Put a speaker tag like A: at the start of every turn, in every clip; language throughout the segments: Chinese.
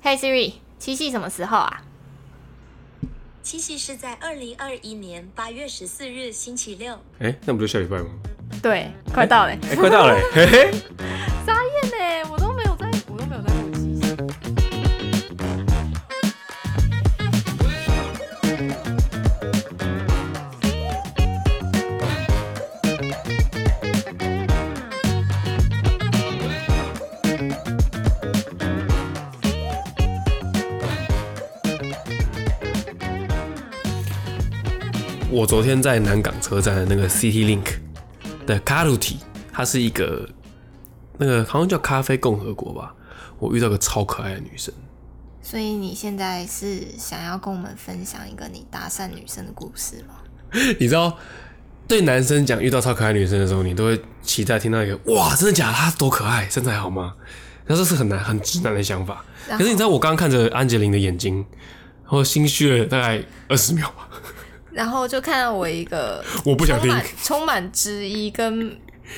A: 嘿、Siri，七夕什么时候啊？
B: 七夕是在二零二一年八月十四日星期六。
C: 哎、那不就下礼拜吗？
A: 对，快到了、
C: 哎、快到 了、嘿嘿。
A: 眨眼呢，欸我都没有在，我都没有在过七夕。
C: 我昨天在南港车站的那个 City Link 的 Karuti，它是一个那个好像叫咖啡共和国吧。我遇到个超可爱的女生，
A: 所以你现在是想要跟我们分享一个你搭讪女生的故事吗？
C: 你知道，对男生讲遇到超可爱的女生的时候，你都会期待听到一个哇，真的假的？她多可爱，身材好吗？那这是很难很直男的想法。
A: 然后
C: 可是你知道，我刚刚看着安杰琳的眼睛，然后心虚了大概二十秒吧。
A: 然后就看到我一个
C: 我不想
A: 充满
C: 听
A: 充满质疑跟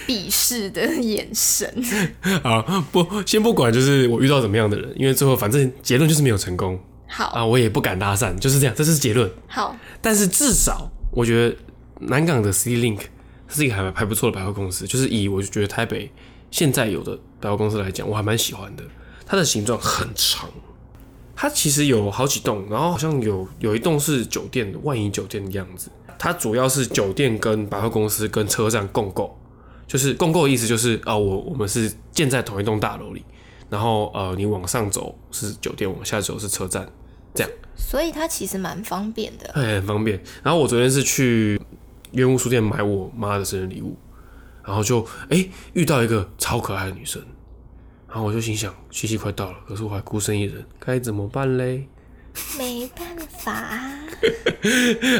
A: 鄙视的眼神。
C: 啊，不，先不管，就是我遇到怎么样的人，因为最后反正结论就是没有成功
A: 好
C: 啊，我也不敢搭讪，就是这样，这是结论。
A: 好，
C: 但是至少我觉得南港的 City Link 是一个还还不错的百货公司，就是以我就觉得台北现在有的百货公司来讲，我还蛮喜欢的。它的形状很长，它其实有好几栋，然后好像有有一栋是酒店的万怡酒店的样子。它主要是酒店跟百货公司跟车站共购，就是共购的意思就是啊、我我们是建在同一栋大楼里，然后呃，你往上走是酒店，往下走是车站，这样。
A: 所以它其实蛮方便的。
C: 哎，很方便。然后我昨天是去圆屋书店买我妈的生日礼物，然后就哎、遇到一个超可爱的女生，然后我就心想七夕快到了，可是我还孤身一人，该怎么办嘞？
A: 没办法啊，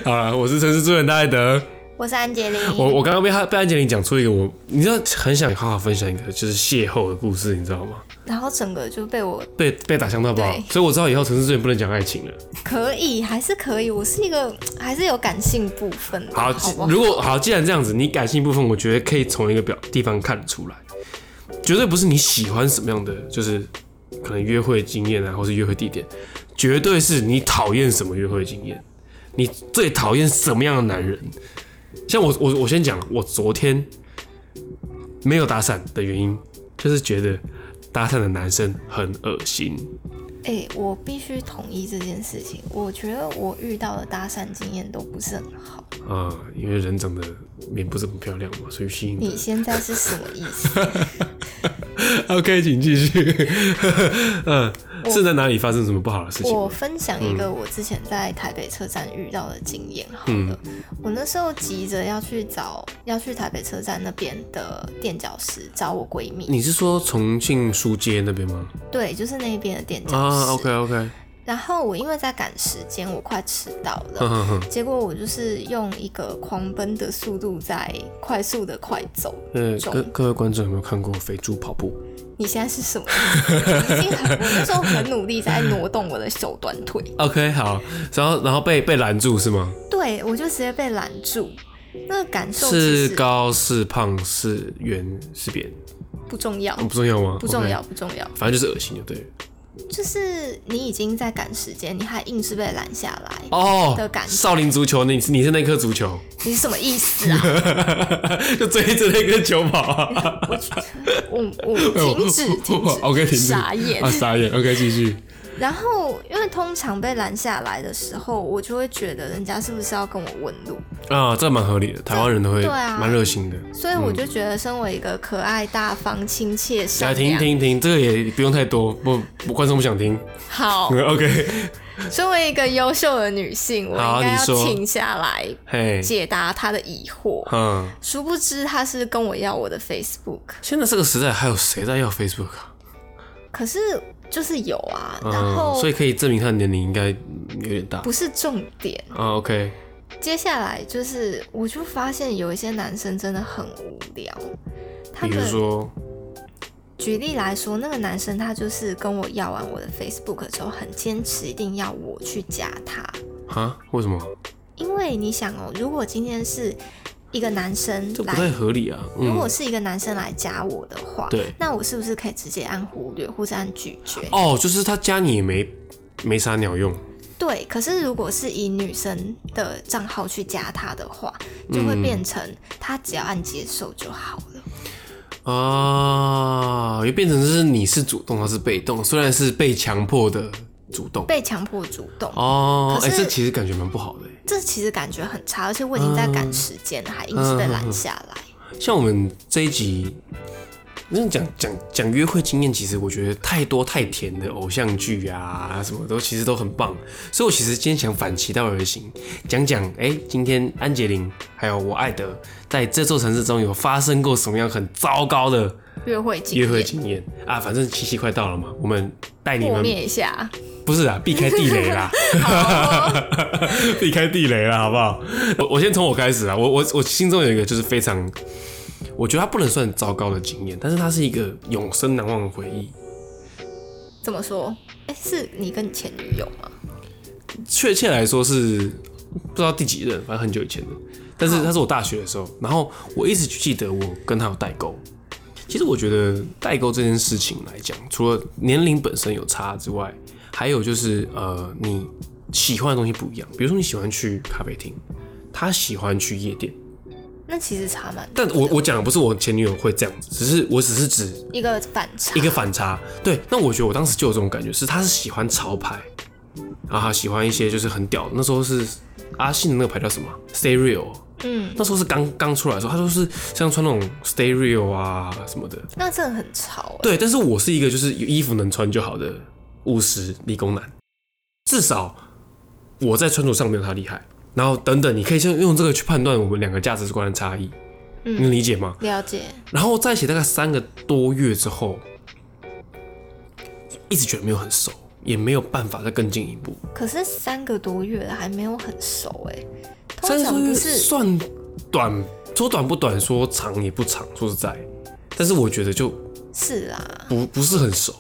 C: 好了，我是城市主人大爱德，
A: 我是安杰林。
C: 我我刚刚被他被安杰林讲出一个我，你知道很想好好分享一个就是邂逅的故事，你知道吗？
A: 然后整个就被我
C: 被被打枪到爆
A: 对，
C: 所以我知道以后城市主人不能讲爱情了。
A: 可以还是可以，我是一个还是有感性部分的，好
C: 好，既
A: 不好
C: 如果好，既然这样子，你感性部分，我觉得可以从一个表地方看得出来，绝对不是你喜欢什么样的，就是可能约会经验啊，或是约会地点，绝对是你讨厌什么约会经验，你最讨厌什么样的男人。像我，我我先讲，我昨天没有打伞的原因，就是觉得搭讪的男生很恶心。
A: 哎、我必须同意这件事情。我觉得我遇到的搭讪经验都不是很好。
C: 啊、因为人长得脸不怎么漂亮嘛，所以吸引
A: 你
C: 人。
A: 现在是什么意 思？
C: OK，请继续。 嗯，是在哪里发生什么不嗯好的事情
A: 我
C: 吗？
A: 分享一个我之前在台北车站遇到的经验好了。
C: 嗯
A: 我那时候急着要去找，要去台北车站那边的垫脚石找我闺蜜，
C: 你是说重庆书街那边吗？
A: 对，就是那边的垫脚石。
C: 啊，OK OK，
A: 然后我因为在赶时间，我快迟到了。
C: 嗯哼哼哼，
A: 结果我就是用一个狂奔的速度在快速的快走
C: 呃，各
A: 中。
C: 各位观众有没有看过肥猪跑步？
A: 你现在是什么意思？ 已经很，我那时候很努力在挪动我的手短腿，
C: OK，好，然后然后被被拦住是吗？
A: 对我就直接被拦住。那个感受其
C: 是
A: 实
C: 高是胖是圆是扁，
A: 不重要，
C: 哦不重要吗？
A: 不重要，
C: OK，
A: 不重要。
C: 反正就是恶心就对了。
A: 就是你已经在赶时间，你还硬是被拦下来，
C: 哦
A: 的感，觉
C: 少林足球，你是你是那颗足球，
A: 你是什么意思啊？
C: 就追着那颗球跑啊。
A: 我我停 止停止
C: OK，停止。
A: 傻眼
C: 啊，傻眼。OK，继续。
A: 然后，因为通常被拦下来的时候，我就会觉得人家是不是要跟我问路，
C: 啊，这蛮合理的，台湾人都会
A: 对啊
C: 蛮热心的。
A: 所以我就觉得身为一个可爱、大方、亲切、
C: 嗯来
A: 善
C: 停
A: 良，
C: 停停，这个也不用太多，不，不观众不想听。
A: 好，
C: OK，
A: 身为一个优秀的女性，我
C: 好
A: 应该
C: 你
A: 要
C: 说
A: 停下来
C: 嘿，
A: 解答她的疑惑。
C: 嗯，
A: 殊不知她是跟我要我的 Facebook，
C: 现在这个时代还有谁在要 Facebook 啊？
A: 可是就是有啊，然
C: 嗯，
A: 后
C: 所以可以证明他的年龄应该嗯有点大
A: 不。是重点。
C: 啊，OK，
A: 接下来就是，我就发现有一些男生真的很无聊，他
C: 比如
A: 们
C: 说，
A: 举例来说，那个男生他就是跟我要完我的 Facebook 之后，很坚持一定要我去加他，
C: 啊，为什么？
A: 因为你想哦，如果今天是一个男生
C: 这不
A: 来
C: 太合理啊。嗯、
A: 如果是一个男生来加我的话，
C: 对
A: 那我是不是可以直接按忽略或是按拒绝？
C: 哦，就是他加你也没没啥鸟用，
A: 对，可是如果是以女生的账号去加他的话，
C: 嗯
A: 就会变成他只要按接受就好了。
C: 啊，也变成是你是主动，他是被动，虽然是被强迫的主动。
A: 被强迫主动，
C: 哦，哎、
A: 可是
C: 这其实感觉蛮不好的欸。
A: 这其实感觉很差，而且我已经在赶时间了，还硬是被拦下来。
C: 像我们这一集，那讲讲讲约会经验，其实我觉得太多太甜的偶像剧啊，什么都其实都很棒。所以我其实今天想反其道而行，讲讲哎，诶今天安杰林还有我爱的，在这座城市中有发生过什么样很糟糕的
A: 约会经
C: 嗯约
A: 验，
C: 会经验啊？反正七夕快到了嘛，我们带你
A: 破
C: 们
A: 灭一下。
C: 不是啊，避开地雷啦， 避开地雷啦，好不好？我我先从我开始啊，我我我心中有一个就是非常，我觉得它不能算糟糕的经验，但是它是一个永生难忘的回忆。
A: 怎么说？哎，是你跟你前女友吗？
C: 确切来说是不知道第几任，反正很久以前的。但是他是我大学的时候，然后我一直记得我跟他有代沟。其实我觉得代沟这件事情来讲，除了年龄本身有差之外，还有就是呃你喜欢的东西不一样。比如说你喜欢去咖啡厅，他喜欢去夜店。
A: 那其实差蛮多
C: 但
A: 的，
C: 我我讲的不是我前女友会这样子，只是我只是指
A: 一个反差，
C: 一个反差。对，那我觉得我当时就有这种感觉，是他是喜欢潮牌，然后他喜欢一些就是很屌的。那时候是阿信的那个牌叫什么啊？Stay Real。
A: 嗯，
C: 那时候是刚刚出来的时候，他说是像穿那种 Stay Real 啊什么的。
A: 那真的很潮、欸。
C: 对，但是我是一个就是有衣服能穿就好的务实理工男，至少我在穿着上没有他厉害。然后等等，你可以先用这个去判断我们两个价值观的差异，你能理解吗？
A: 了解，
C: 然后在一起大概三个多月之后，一直觉得没有很熟，也没有办法再更进一步。
A: 可是三个多月了还没有很熟哎、
C: 三
A: 通
C: 个多
A: 常
C: 月
A: 不是
C: 算短，说短不短，说长也不长，说实在，但是我觉得就是
A: 啦，
C: 不不是很熟。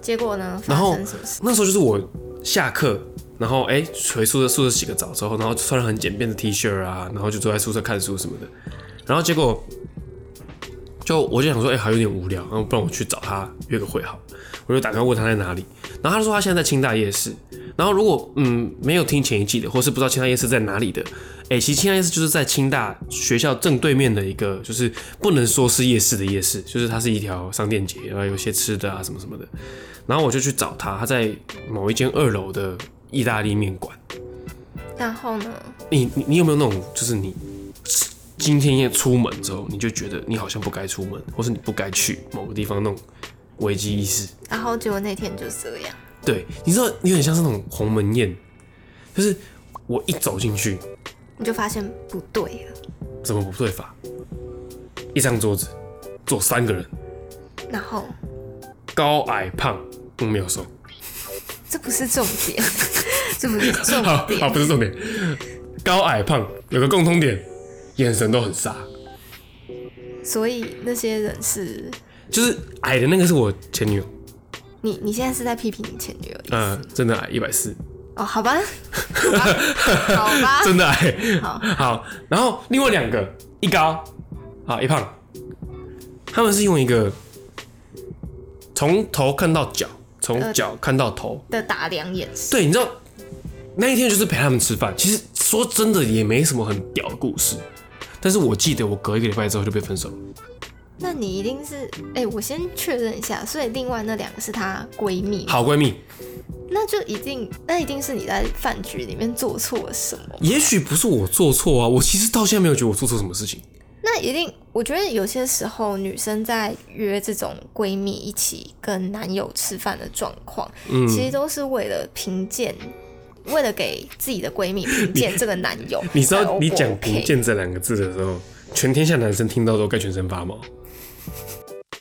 A: 结果呢？发
C: 然后
A: 生什么事？
C: 那时候就是我下课，然后哎、回宿舍宿舍洗个澡之后，然后穿了很简便的 T 恤啊，然后就坐在宿舍看书什么的。然后结果就我就想说，哎、还有点无聊，然后不然我去找他约个会好了。我就打电话问他在哪里，然后他说他现在在清大夜市。然后如果嗯没有听前一季的，或是不知道清大夜市在哪里的，哎、其实清大夜市就是在清大学校正对面的一个，就是不能说是夜市的夜市，就是它是一条商店街，然后有些吃的啊什么什么的。然后我就去找他，他在某一间二楼的意大利面馆。
A: 然后呢？
C: 你你你有没有那种，就是你今天夜出门之后，你就觉得你好像不该出门，或是你不该去某个地方那种危机意识？
A: 然后结果那天就这样，
C: 对，你知道，你有点像是那种鸿门宴，就是我一走进去，
A: 你就发现不对了，
C: 怎么不对法？一张桌子坐三个人，
A: 然后
C: 高矮胖，嗯，没有瘦，
A: 这不是重点， 这不是重
C: 好 好
A: 点，
C: 不是重点，高矮胖有个共通点，眼神都很傻。
A: 所以那些人是
C: 就是矮的那个是我前女友，
A: 你，你现在是在批评你前女友的意思
C: 嗯、真的矮一百四，
A: 哦？好 吧，好吧，好吧，
C: 真的矮。
A: 啊 好
C: 然后另外两个一高，啊一胖，他们是用一个从头看到脚，从
A: 呃
C: 脚看到头。
A: 的打量眼神，
C: 对，你知道那一天就是陪他们吃饭，其实说真的也没什么很屌的故事，但是我记得我隔一个礼拜之后就被分手了。
A: 那你一定是哎、我先确认一下，所以另外那两个是她闺蜜吗，
C: 好闺蜜，
A: 那就一定，那一定是你在饭局里面做错了什么，
C: 也许不是我做错啊，我其实到现在没有觉得我做错什么事情。
A: 那一定，我觉得有些时候女生在约这种闺蜜一起跟男友吃饭的状况，
C: 嗯
A: 其实都是为了评鉴，为了给自己的闺蜜评鉴这个男友
C: 。你知
A: 在
C: 道
A: O
C: 你
A: 不
C: 讲“贫
A: OK
C: 贱”这两个字的时候，全天下男生听到都该全身发毛。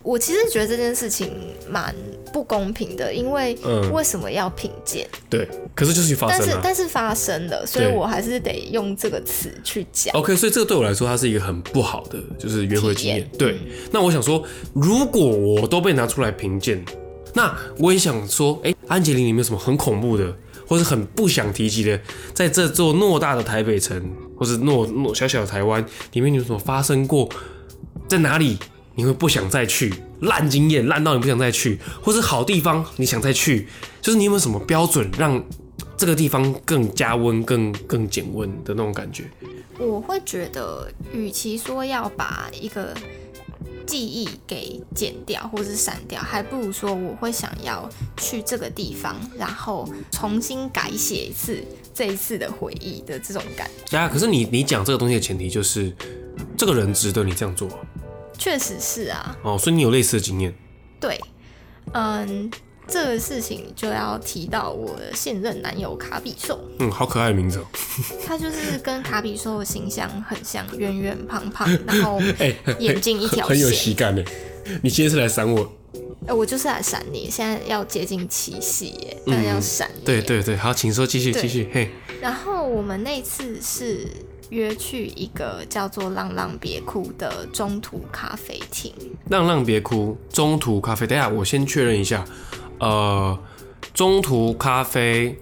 A: 我其实觉得这件事情蛮不公平的，因为
C: 嗯
A: 为什么要评鉴？
C: 对，可是就是发
A: 但
C: 生
A: 是
C: 了、
A: 但是发生了，所以
C: 对
A: 我还是得用这个词去讲。
C: OK，所以这个对我来说，它是一个很不好的，就是约会经
A: 体
C: 验
A: 验。嗯
C: 对，那我想说，如果我都被拿出来评鉴，那我也想说，哎、安吉林，你有没有什么很恐怖的，或是很不想提及的，在这座偌大的台北城或是诺诺小小的台湾里面有什么发生过，在哪里你会不想再去，烂经验烂到你不想再去，或是好地方你想再去，就是你有没有什么标准让这个地方更加温、更更减温的那种感觉？
A: 我会觉得，与其说要把一个记忆给剪掉或是删掉，还不如说我会想要去这个地方，然后重新改写一次这一次的回忆的这种感觉。
C: 对啊，可是你你讲这个东西的前提就是这个人值得你这样做啊
A: 确实是啊，
C: 哦，所以你有类似的经验。
A: 对，嗯，这个事情就要提到我的现任男友卡比兽，
C: 嗯，好可爱的名字哦。
A: 他就是跟卡比兽的形象很像，圆圆胖胖，然后
C: 哎、
A: 眼睛一条
C: 很有
A: 线
C: 喜感呢。你今天是来闪我？
A: 哎，我就是来闪你，现在要接近七夕耶，当然要闪、你。
C: 嗯对对对，好，请说，继续
A: 对
C: 继续。嘿，
A: 然后我们那次是约去一个叫做“浪浪别哭”的中途咖啡厅，
C: 浪浪别哭，中途咖啡。等一下，我先确认一下，呃，中途咖啡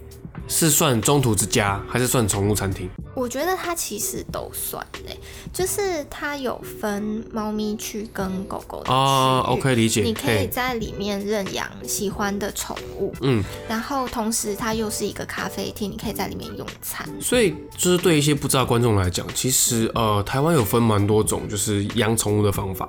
C: 是算中途之家，还是算宠物餐厅？
A: 我觉得它其实都算嘞，就是它有分猫咪区跟狗狗的区域。
C: 啊，OK，理解。
A: 你可以
C: 嘿，
A: 在里面认养喜欢的宠物，
C: 嗯，
A: 然后同时它又是一个咖啡厅，你可以在里面用餐。
C: 所以就是对一些不知道的观众来讲，其实呃，台湾有分蛮多种，就是养宠物的方法。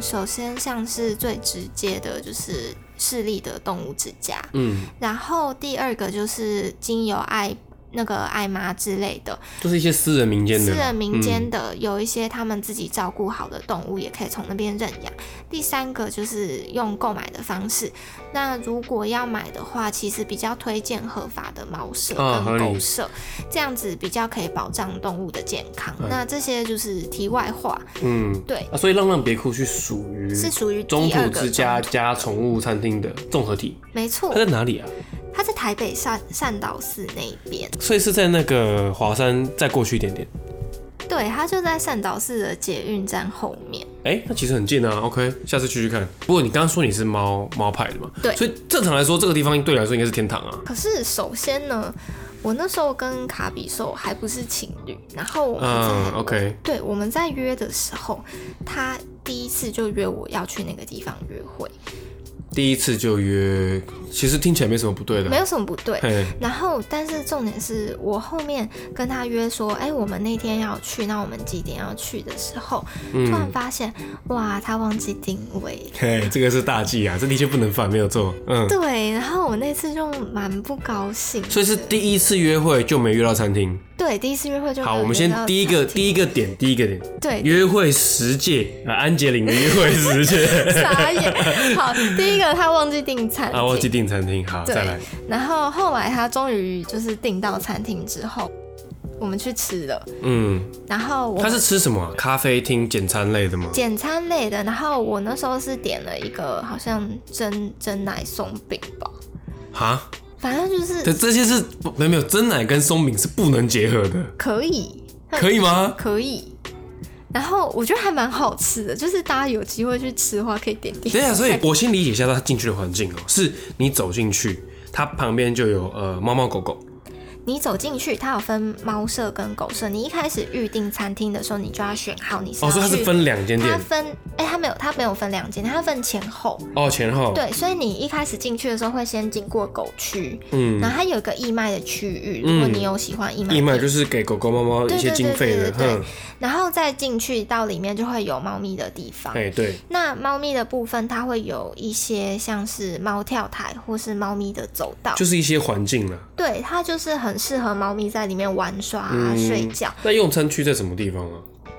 A: 首先，像是最直接的就是视力的动物之家，
C: 嗯，
A: 然后第二个就是精油爱那个爱妈之类的，
C: 就是一些私人民间的，
A: 私人民间
C: 嗯
A: 的有一些他们自己照顾好的动物，也可以从那边认养。第三个就是用购买的方式，那如果要买的话，其实比较推荐合法的猫舍
C: 啊合
A: 跟
C: 理
A: 狗舍，这样子比较可以保障动物的健康。那这些就是题外话，
C: 嗯，
A: 对，
C: 啊，所以浪浪别哭是属于
A: 是属于
C: 中
A: 第二
C: 途
A: 个
C: 之家
A: 中
C: 加宠物餐厅的综合体，
A: 没错
C: 它，在哪里啊？
A: 它在台北善善导寺那边。
C: 所以是在那个华山再过去一点点。
A: 对，它就在善导寺的捷运站后面。
C: 哎、那其实很近啊。OK，下次去去看。不过你刚刚说你是猫猫派的嘛，
A: 对
C: 所以正常来说，这个地方对你来说应该是天堂啊。
A: 可是首先呢，我那时候跟卡比兽还不是情侣，然后我们在、
C: 嗯，OK，
A: 对我们在约的时候，他第一次就约我要去那个地方约会，
C: 第一次就约，其实听起来没什么不对的。
A: 没有什么不对。
C: 嘿，
A: 然后，但是重点是我后面跟他约说，哎、我们那天要去，那我们几点要去的时候，
C: 嗯
A: 突然发现，哇，他忘记定位。
C: 嘿，这个是大忌啊，这的确不能犯，没有错。嗯，
A: 对，然后我那次就蛮不高兴的。
C: 所以是第一次约会就没约到餐厅。
A: 对第一次约会就
C: 好，
A: 没有
C: 我们
A: 约
C: 先
A: 到
C: 第一个
A: 餐厅
C: 第一个点，第一个点，
A: 对
C: 约会十戒啊，安杰林的约会 十戒
A: 傻眼。好，第一个他忘记订餐
C: 啊，忘记
A: 厅，
C: 订餐厅，好，
A: 对
C: 再来，
A: 然后后来他终于就是订到餐厅之后，我们去吃了，
C: 嗯，
A: 然后我
C: 他是吃什么啊、咖啡厅简餐类的吗？
A: 简餐类的，然后我那时候是点了一个好像蒸蒸奶松饼吧，
C: 哈，
A: 反正就
C: 这
A: 是
C: 这些是不没有没有真奶跟松饼是不能结合 的，
A: 可以，嗯
C: 可以吗？
A: 可以。然后我觉得还蛮好吃的，就是大家有机会去吃的话，可以点点。
C: 对啊，所以我先理解一下他进去的环境哦、是你走进去，它旁边就有呃猫猫狗狗，
A: 你走进去，它有分猫舍跟狗舍。你一开始预定餐厅的时候，你就要选好你是
C: 哦，
A: 要
C: 所以它是
A: 去
C: 分两间
A: 它
C: 店，
A: 分，哎、它没有，它没有分两间，它分前后。
C: 哦前后，，
A: 对，所以你一开始进去的时候会先经过狗区，
C: 嗯
A: 然后它有一个义卖的区域，如果
C: 嗯
A: 你有喜欢义卖，
C: 义卖就。是给狗狗猫猫一
A: 对
C: 些
A: 对
C: 经
A: 对
C: 费
A: 对
C: 的，嗯
A: 对对
C: 哼，，
A: 然后再进去到里面就会有猫咪的地方。
C: 哎对，
A: 那猫咪的部分，它会有一些像是猫跳台或是猫咪的走道，
C: 就是一些环境了。
A: 对，它就是很适合猫咪在里面玩耍啊、
C: 嗯
A: 睡觉。
C: 那用餐区在什么地方啊？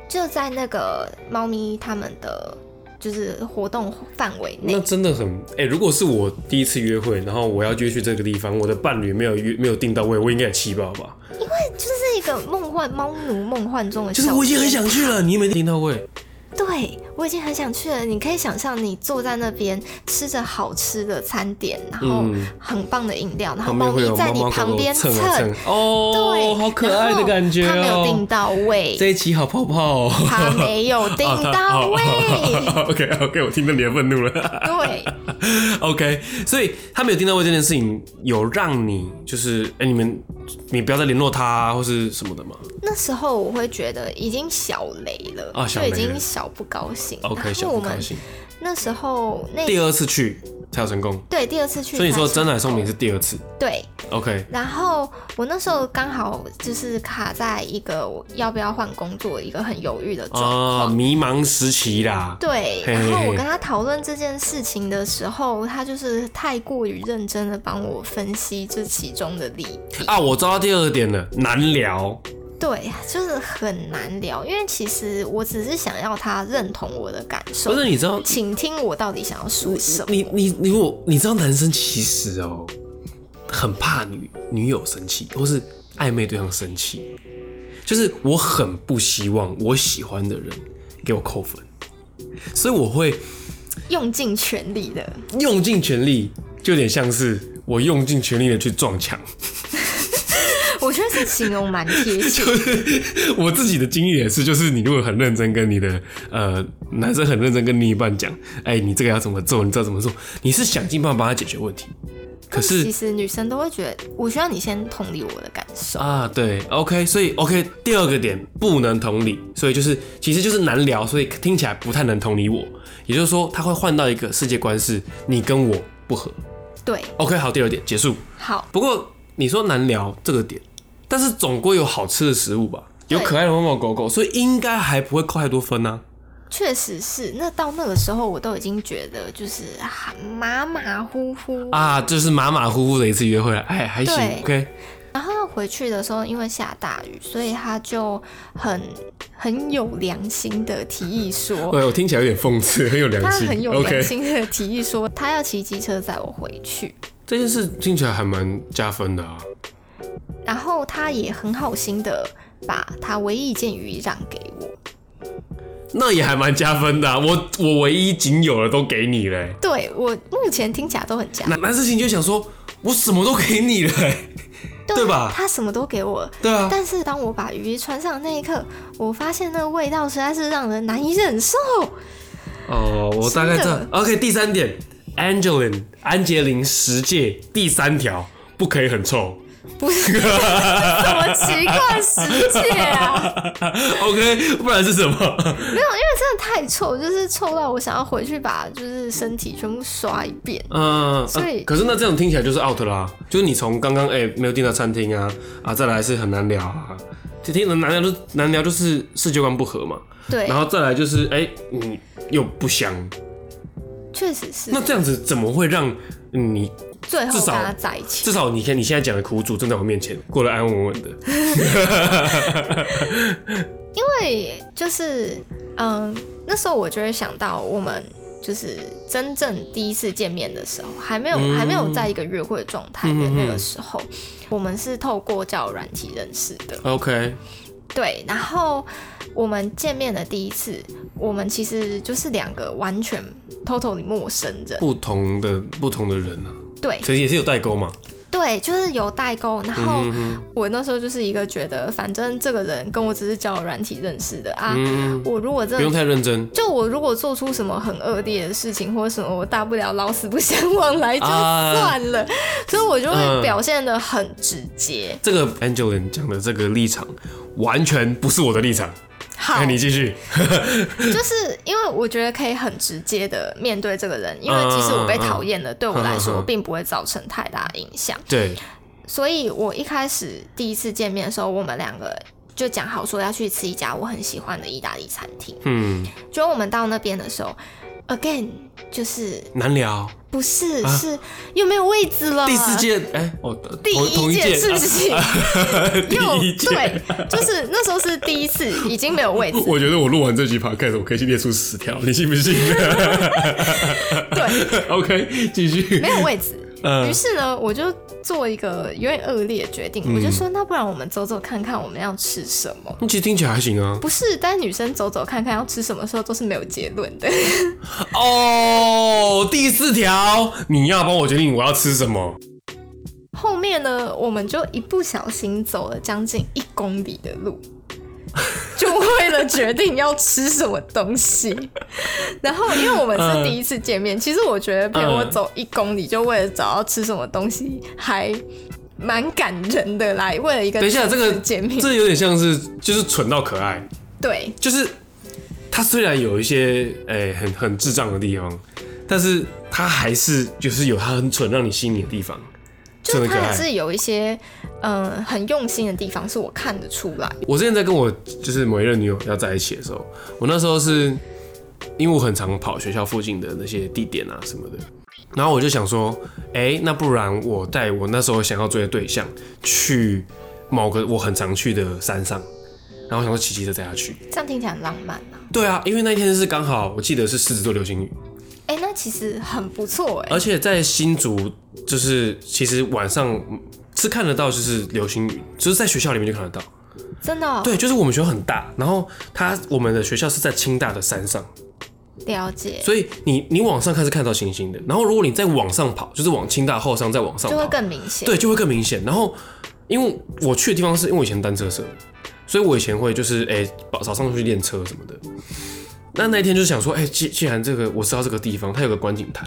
A: 就在那个猫咪它们的就是活动范围内
C: 那。真的很哎、如果是我第一次约会，然后我要约去这个地方，我的伴侣没有约没有订到位，我应该也气爆吧？
A: 就是一个梦幻猫奴梦幻中的小天
C: 就是
A: 堂，
C: 我已经很想去了，你没订到位，
A: 对我已经很想去了。你可以想象你坐在那边吃着好吃的餐点，然后
C: 嗯
A: 很棒的饮料，然后
C: 旁
A: 猫
C: 边会
A: 咪
C: 有
A: 在
C: 猫
A: 你
C: 猫狗
A: 旁
C: 狗
A: 边
C: 蹭啊蹭，
A: 对，
C: 哦，好可爱的感觉
A: 然后他没有订
C: 哦。
A: 到位
C: 这，一啊期好泡泡、哦，
A: 他没有订到 位，
C: OK OK，我听到你的愤怒了。
A: 对。
C: OK，所以他没有订到位这件事情，有让你就是哎、你们你不要再联络他、啊、或是什么的嘛。
A: 那时候我会觉得已经小雷了，
C: 啊
A: 就
C: 小雷
A: 已
C: 了
A: 经小不高兴。
C: OK，
A: 然
C: 小
A: 后我
C: 不高
A: 们
C: 兴。
A: 那时候那
C: 第二次去才有成功，
A: 对第二次去才成功，
C: 所以你说真乃送饼是第二次。
A: 对，
C: OK，
A: 然后我那时候刚好就是卡在一个我要不要换工作一个很犹豫的状
C: 啊，
A: 况。
C: 迷茫时期啦。
A: 对，
C: 嘿
A: 然后
C: 嘿
A: 我
C: 嘿
A: 跟他讨论这件事情的时候，他就是太过于认真的帮我分析这其中的利弊。
C: 啊，我知道第二点了，难聊。
A: 对，就是很难聊，因为其实我只是想要他认同我的感受，
C: 不是，你知道，
A: 请听我到底想要说什么。
C: 你你你如果你知道男生其实哦，很怕女女友生气，或是暧昧对象生气，就是我很不希望我喜欢的人给我扣分，所以我会
A: 用尽全力的，
C: 用尽全力，就有点像是我用尽全力的去撞墙。
A: 我觉得这形容蛮贴切的。
C: 我自己的经历也是，就是你如果很认真跟你的呃男生很认真跟另一半讲，哎、你这个要怎么做，你知道怎么做，你是想尽办法帮他解决问题，可
A: 但其
C: 是
A: 实女生都会觉得，我需要你先同理我的感受。
C: 啊，对，OK，所以 OK，第二个点不能同理，所以就是其实就是难聊，所以听起来不太能同理我，也就是说他会换到一个世界观是你跟我不合。
A: 对，
C: OK，好，第二点结束。
A: 好，
C: 不过你说难聊这个点，但是总归有好吃的食物吧，有
A: 对
C: 可爱的猫猫狗狗，所以应该还不会扣太多分啊。
A: 确实是。那到那个时候，我都已经觉得就是啊马马虎虎。
C: 啊，就是马马虎虎的一次约会了，哎，还行
A: 对
C: ，OK，
A: 然后回去的时候，因为下大雨，所以他就很很有良心的提议说，
C: 对我听 起来有点讽刺，很有良
A: 他
C: 心
A: 很有
C: o
A: 良
C: k
A: 心的提议说，他要骑机车载我回去。
C: 这件事听起来还蛮加分的啊，
A: 然后他也很好心的把他唯一一件雨衣让给我。
C: 那也还蛮加分的、啊，我我唯一仅有的都给你了欸、
A: 对我目前听起来都很假，
C: 男男事情就想说，我什么都给你了欸、对吧
A: 他什么都给我。
C: 对啊，
A: 但是当我把雨衣穿上的那一刻，我发现那个味道实在是让人难以忍 受。
C: 哦，我大概知道
A: 真的
C: OK，第三点，Angeline 安杰琳十戒第三条，不可以很臭。
A: 不是 什么奇怪世界啊！
C: OK，不然是什么？
A: 没有，因为真的太臭，就是臭到我想要回去把就是身体全部刷一遍。
C: 嗯，
A: 所以
C: 啊可是那这种听起来就是 out 啦，就是你从刚刚哎没有订到餐厅啊啊，再来是很难聊啊，这听难聊就难聊就是世界观不合嘛，
A: 对
C: 然，后再来就是哎、你又不香，
A: 确实是
C: 那这样子怎么会让你
A: 最后
C: 至
A: 跟
C: 少
A: 他在一起。
C: 至少你看你现在讲的苦主正在我面前过得安安稳稳的，
A: 对，就是嗯，那时候我就会想到我们就是真正第一次见面的时候，还没有、
C: 嗯
A: 还没有在一个约会的状态的那个时候，我们是透过交友软体认识的。
C: OK，
A: 对，然后我们见面的第一次，我们其实就是两个完全 totally 陌生人。
C: 不同的不同的人啊，
A: 对
C: 所以也是有代沟嘛，
A: 对，就是有代沟。然后我那时候就是一个觉得，反正这个人跟我只是交友软体认识的啊，我如果真
C: 不
A: 的
C: 用太认真。
A: 就我如果做出什么很恶劣的事情或者什么，我大不了老死不相往来就
C: 啊
A: 算了，所以我就
C: 嗯
A: 会表现的很直接。
C: 这个 Angeline 讲的这个立场，完全不是我的立场。
A: 好
C: 哎，，你继续。
A: 就是因为我觉得可以很直接的面对这个人，因为
C: 嗯
A: 即使我被
C: 嗯
A: 讨厌了，对我来
C: 嗯嗯
A: 说
C: 嗯
A: 并不会造成太大的影响。
C: 对，
A: 所以我一开始第一次见面的时候，我们两个就讲好说要去吃一家我很喜欢的意大利餐厅。
C: 嗯，
A: 结果我们到那边的时候，again 就是
C: 难聊。
A: 不是、
C: 啊
A: 是又没有位置了，
C: 第四届，哎、哦，
A: 嗯第
C: 同同
A: 一件事 情， 又
C: 同啊一届
A: 对，就是那时候是第一次，已经没有位置，
C: 我觉得我录完这集 podcast，我可以去列出十条，你信不信
A: 对，
C: ？OK，继续
A: 没。有位置。
C: 嗯
A: 于是呢，我就做一个有点恶劣的决定，
C: 嗯
A: 我就说，那不然我们走走看看，我们要吃什么？
C: 其实听起来还行啊。
A: 不是，但女生走走看看要吃什么的时候都是没有结论的。
C: 哦，第四条，你要帮我决定我要吃什么。
A: 后面呢，我们就一不小心走了将近一公里的路， 就为了决定要吃什么东西。 然后，因为我们是第一次见面，其实我觉得陪我走一公里，就为了找到吃什么东西，还蛮感人的啦，为了一个
C: 等一下，这个
A: 初次见面，
C: 这有点像是就是蠢到可爱，
A: 对
C: 就是他虽然有一些诶、很很智障的地方，但是他还是就是有他很蠢让你吸引的地方，
A: 就
C: 蠢的
A: 是
C: 可
A: 他还
C: 爱。
A: 是有一些嗯、呃很用心的地方，是我看得出来。
C: 我之前在跟我就是某一任女友要在一起的时候，我那时候是因为我很常跑学校附近的那些地点啊什么的，然后我就想说，哎、那不然我带我那时候想要追的对象去某个我很常去的山上，然后想说骑骑车带他去。
A: 这样听起来很浪漫啊！
C: 对啊，因为那一天是刚好我记得是狮子座流星雨，
A: 哎、那其实很不错哎、
C: 而且在新竹，就是其实晚上是看得到，就是流星雨，就是在学校里面就看得到。
A: 真的、哦。
C: 对，就是我们学校很大，然后它我们的学校是在清大的山上，
A: 了解，
C: 所以你你往上看是看得到星星的，然后如果你再往上跑，就是往清大后山再往上
A: 就会
C: 跑，
A: 更明显。
C: 对，就会更明显。然后因为我去的地方是因为我以前单车社，所以我以前会就是哎、早早上去练车什么的。那那一天就想说，哎、既既然这个我知道这个地方，它有个观景台，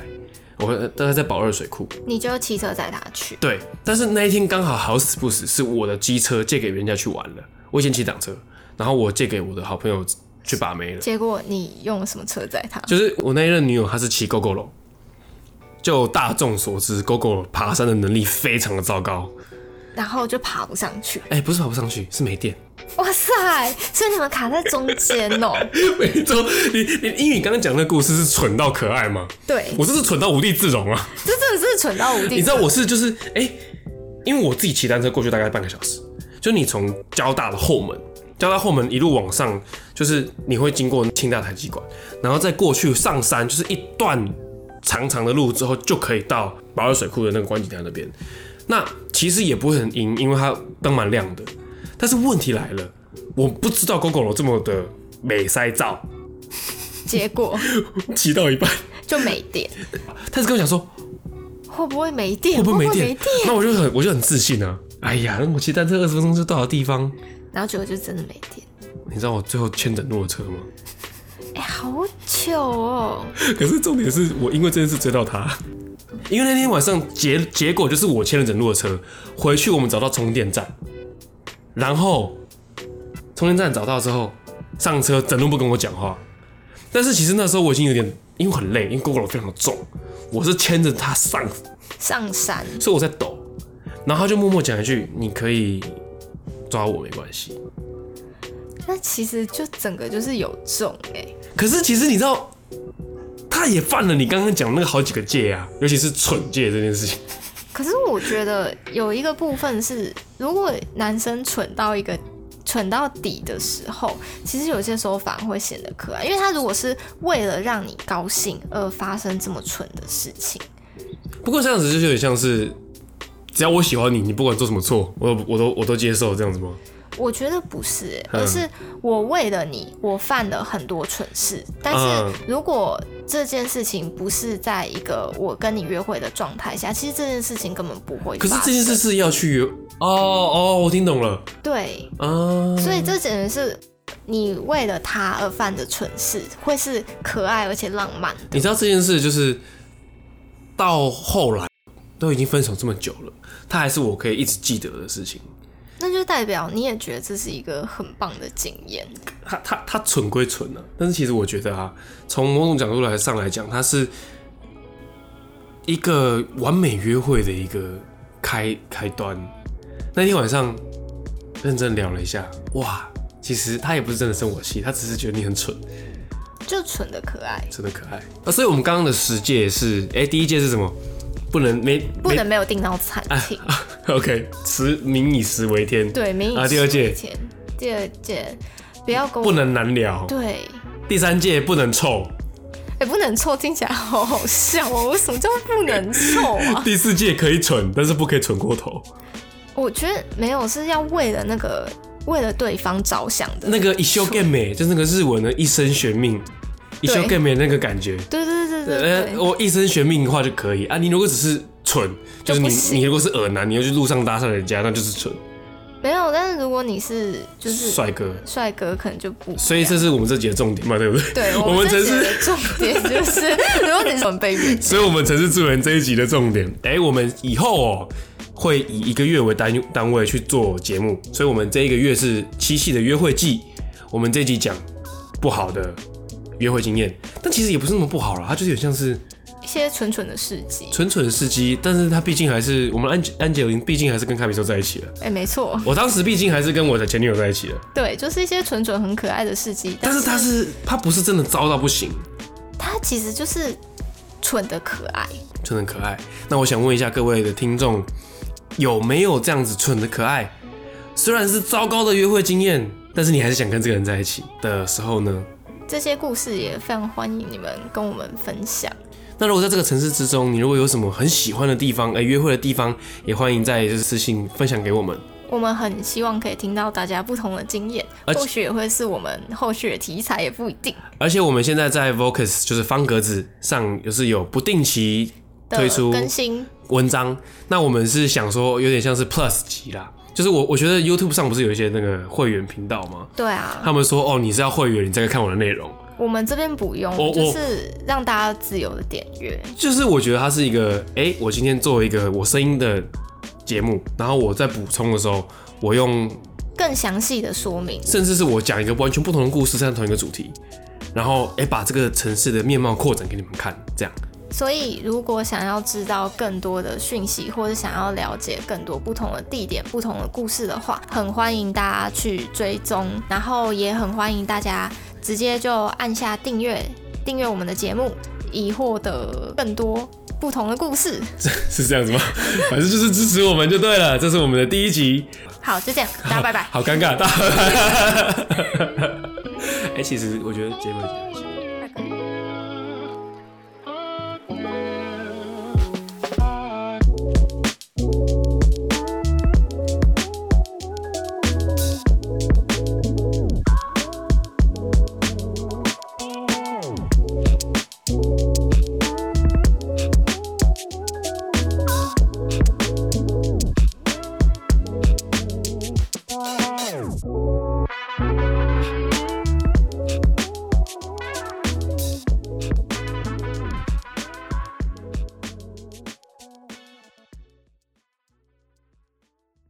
C: 我会呃大概在保二水库。
A: 你就骑车载他去。
C: 对，但是那一天刚好好死不死是我的机车借给人家去玩了，我以前骑挡车，然后我借给我的好朋友去把妹了。
A: 结果你用了什么车载他？
C: 就是我那一任女友，她是骑 GoGo 龙，就大众所知，GoGo 龙爬山的能力非常的糟糕。
A: 然后就爬不上去。
C: 哎、不是爬不上去，是没电。
A: 哇塞！所以你们卡在中间哦、
C: 没错，你你因为你刚刚讲那个故事是蠢到可爱吗？
A: 对，
C: 我真是蠢到无地自容啊！
A: 这真的是蠢到无地。
C: 你知道我是就是哎、因为我自己骑单车过去大概半个小时，就你从交大的后门，交大后门一路往上，就是你会经过清大台积馆，然后再过去上山，就是一段长长的路之后，就可以到保尔水库的那个观景台那边。那其实也不会很阴，因为它灯蛮亮的。但是问题来了，我不知道 GoGo 楼这么的美塞照，
A: 结果
C: 骑到一半，
A: 就没电，
C: 他是跟我讲说，
A: 会不会没电？
C: 会不会没
A: 会
C: 电？那我就很我就很自信啊！哎呀，那我骑单车二十分钟就到的地方，
A: 然后结果就真的没电。
C: 你知道我最后牵着诺车吗？
A: 哎、好糗哦、
C: 可是重点是我因为这件事追到他，因为那天晚上结结果就是我牵了整路的车回去，我们找到充电站，然后充电站找到之后上车，整路不跟我讲话。但是其实那时候我已经有点，因为很累，因为 GoGo 非常重，我是牵着他上，
A: 上山
C: 所以我在抖。然后他就默默讲一句：“你可以抓我，没关系。”
A: 那其实就整个就是有重哎、
C: 可是其实你知道，他也犯了你刚刚讲那个好几个戒啊，尤其是蠢戒这件事情。
A: 可是我觉得有一个部分是，如果男生蠢到一个蠢到底的时候，其实有些时候反而会显得可爱，因为他如果是为了让你高兴而发生这么蠢的事情，
C: 嗯不过这样子就是有点像是，只要我喜欢你，你不管做什么错，我我都我都接受这样子吗？
A: 我觉得不是、欸，
C: 嗯
A: 而是我为了你，我犯了很多蠢事。但
C: 嗯
A: 是如果这件事情不是在一个我跟你约会的状态下，其实这件事情根本不会
C: 可
A: 发
C: 是
A: 生。
C: 这件事是要去哦哦，我听懂了
A: 对，
C: 啊，
A: 所以这简直是你为了他而犯的蠢事，会是可爱而且浪漫。
C: 你知道这件事就是到后来都已经分手这么久了，他还是我可以一直记得的事情。
A: 那就代表你也觉得这是一个很棒的经验，
C: 他他他蠢归蠢啊，但是其实我觉得啊，从某种角度来上来讲，他是一个完美约会的一个开开端。那天晚上认真聊了一下，哇，其实他也不是真的生我气，他只是觉得你很蠢，
A: 就蠢的可爱，
C: 真的可爱。啊，所以我们刚刚的十戒是，哎、第一戒是什么？不能没
A: 不能没有订到 餐厅。
C: 没 OK，食民以食为天，
A: 对，民以
C: 啊，第二
A: 食为
C: 戒
A: 天，第二件不要跟我
C: 不能难聊，
A: 对。
C: 第三戒不能臭，
A: 哎、不能臭，听起来好好笑哦！为什么叫不能臭 啊？
C: 第四戒可以蠢，但是不可以蠢过头。
A: 我觉得没有是要为了那个为了对方着想的。
C: 那个一休 game 美，就是那个日文的一生悬命，一休 game 美那个感觉。
A: 对对对对对
C: 呃，
A: 对，
C: 我一生悬命的话就可以啊。你如果只是蠢，就是你
A: 就不行
C: 你如果是耳男，你又去路上搭讪人家，那就是蠢
A: 没有。但是如果你是就是
C: 帅哥。
A: 帅哥，可能就不一样。
C: 所以这是我们这集的重点嘛，对不对？
A: 对
C: 我们
A: 这
C: 曾
A: 集
C: 是，
A: 的重点就是，如果你准备
C: 所以我们曾是助人这一集的重点。哎、我们以后哦，会以一个月为单单位去做节目，所以我们这一个月是七夕的约会季。我们这一集讲不好的约会经验，但其实也不是那么不好了，它就是有点像是
A: 一些蠢蠢的事迹。
C: 蠢蠢司机，但是他毕竟还是我们安吉安杰林，毕竟还是跟卡比兽在一起了。
A: 哎、没错，
C: 我当时毕竟还是跟我的前女友在一起了，
A: 对，就是一些蠢蠢很可爱的事迹。
C: 但是他是他不是真的糟到不行，
A: 它其实就是蠢的可爱。
C: 蠢的可爱。那我想问一下各位的听众，有没有这样子蠢的可爱？虽然是糟糕的约会经验，但是你还是想跟这个人在一起的时候呢？
A: 这些故事也非常欢迎你们跟我们分享。
C: 那如果在这个城市之中，你如果有什么很喜欢的地方，哎、约会的地方，也欢迎在就是私信分享给我们。
A: 我们很希望可以听到大家不同的经验，
C: 而且
A: 或许也会是我们后续的题材，也不一定。
C: 而且我们现在在 Vocus 就是方格子上，就是有不定期
A: 的
C: 推出
A: 更新，
C: 文章。那我们是想说，有点像是 Plus 级啦，就是我我觉得 YouTube 上不是有一些那个会员频道吗？
A: 对啊，
C: 他们说哦，你是要会员，你才可以看我的内容。
A: 我们这边不用
C: 我，
A: 就
C: 我
A: 是让大家自由的点阅。
C: 就是我觉得它是一个，哎、我今天做一个我声音的节目，然后我在补充的时候，我用
A: 更详细的说明。
C: 甚至是我讲一个完全不同的故事，但同一个主题，然后哎、诶把这个城市的面貌扩展给你们看，这样。
A: 所以，如果想要知道更多的讯息，或者想要了解更多不同的地点、不同的故事的话，很欢迎大家去追踪，然后也很欢迎大家直接就按下订阅，订阅我们的节目，以获得更多不同的故事。
C: 是这样子吗？ 反正就是支持我们就对了。这是我们的第一集，
A: 好，就这样，大家拜拜。
C: 好尴尬，大家拜拜。哎、其实我觉得结尾挺还行。